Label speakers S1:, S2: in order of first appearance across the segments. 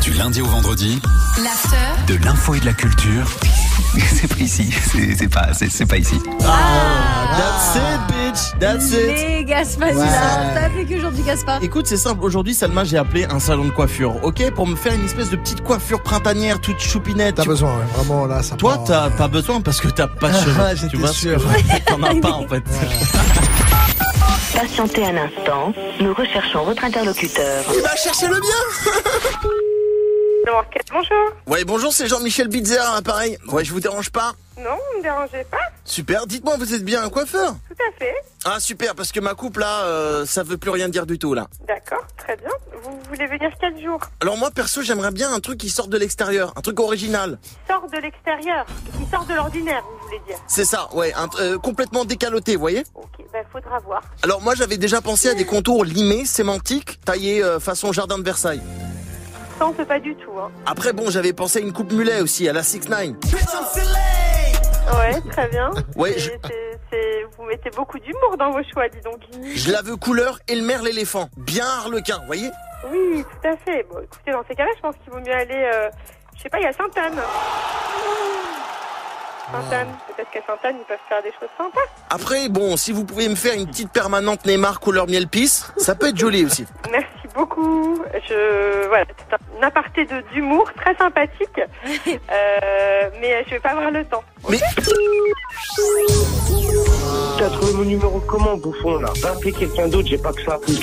S1: Du lundi au vendredi,
S2: L'after,
S1: de l'info et de la culture. c'est pas ici, c'est c'est pas, c'est- c'est pas ici.
S3: That's it, bitch. That's it.
S4: Les Gaspard,
S3: Ouais.
S4: t'as appelé qui aujourd'hui Gaspard
S3: Écoute, c'est simple. Aujourd'hui, Salma, j'ai appelé un salon de coiffure, ok, pour me faire une espèce de petite coiffure printanière, toute choupinette.
S5: T'as
S3: Tu-
S5: besoin, ouais. vraiment là, ça
S3: Toi,
S5: part, euh,
S3: t'as pas besoin parce que t'as pas de
S5: Ah,
S3: cheveux.
S5: j'étais
S3: tu vois
S5: sûr.
S3: ce que je veux dire T'en as pas en fait.
S6: Patientez un instant, nous recherchons votre interlocuteur.
S3: Il va chercher le bien.
S7: Bonjour.
S3: Ouais, bonjour, c'est Jean-Michel Bizzer, pareil. Ouais, je vous dérange pas.
S7: Non, vous me dérangez pas.
S3: Super. Dites-moi, vous êtes bien un coiffeur
S7: Tout à fait.
S3: Ah super, parce que ma coupe là, euh, ça veut plus rien dire du tout là.
S7: D'accord, très bien. Vous voulez venir quel jour
S3: Alors moi perso, j'aimerais bien un truc qui sort de l'extérieur, un truc original.
S7: Qui sort de l'extérieur, qui sort de l'ordinaire, vous voulez dire.
S3: C'est ça, ouais, un, euh, complètement décaloté, vous voyez
S7: Ok, ben faudra voir.
S3: Alors moi j'avais déjà pensé à des contours limés, sémantiques, taillés euh, façon jardin de Versailles.
S7: Ça, on peut pas du tout. Hein.
S3: Après bon, j'avais pensé à une coupe mulet aussi, à la 6 9
S7: Ouais, très bien.
S3: Ouais,
S7: C'est-
S3: je-
S7: c'est- c'est- Vous mettez beaucoup d'humour dans vos choix, dis donc.
S3: Je la veux couleur Elmer l'éléphant, bien harlequin, vous voyez
S7: Oui, tout à fait. Bon, écoutez, dans ces cas-là, je pense qu'il vaut mieux aller, euh, je sais pas, il y a Sainte-Anne. Sainte-Anne, peut-être qu'à Sainte-Anne, ils peuvent faire des choses sympas.
S3: Après bon, si vous pouvez me faire une petite permanente Neymar couleur miel pisse, ça peut être joli aussi.
S7: Merci beaucoup. Je voilà, c'est un aparté de d'humour très sympathique, Euh, mais je vais pas avoir le temps.
S8: T'as trouvé mon numéro comment, bouffon, là Va appeler quelqu'un d'autre, j'ai pas que ça.
S3: Elle,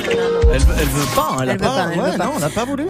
S3: veut pas,
S4: Elle a veut pas, pas, elle ouais, veut pas. non,
S3: on n'a pas voulu.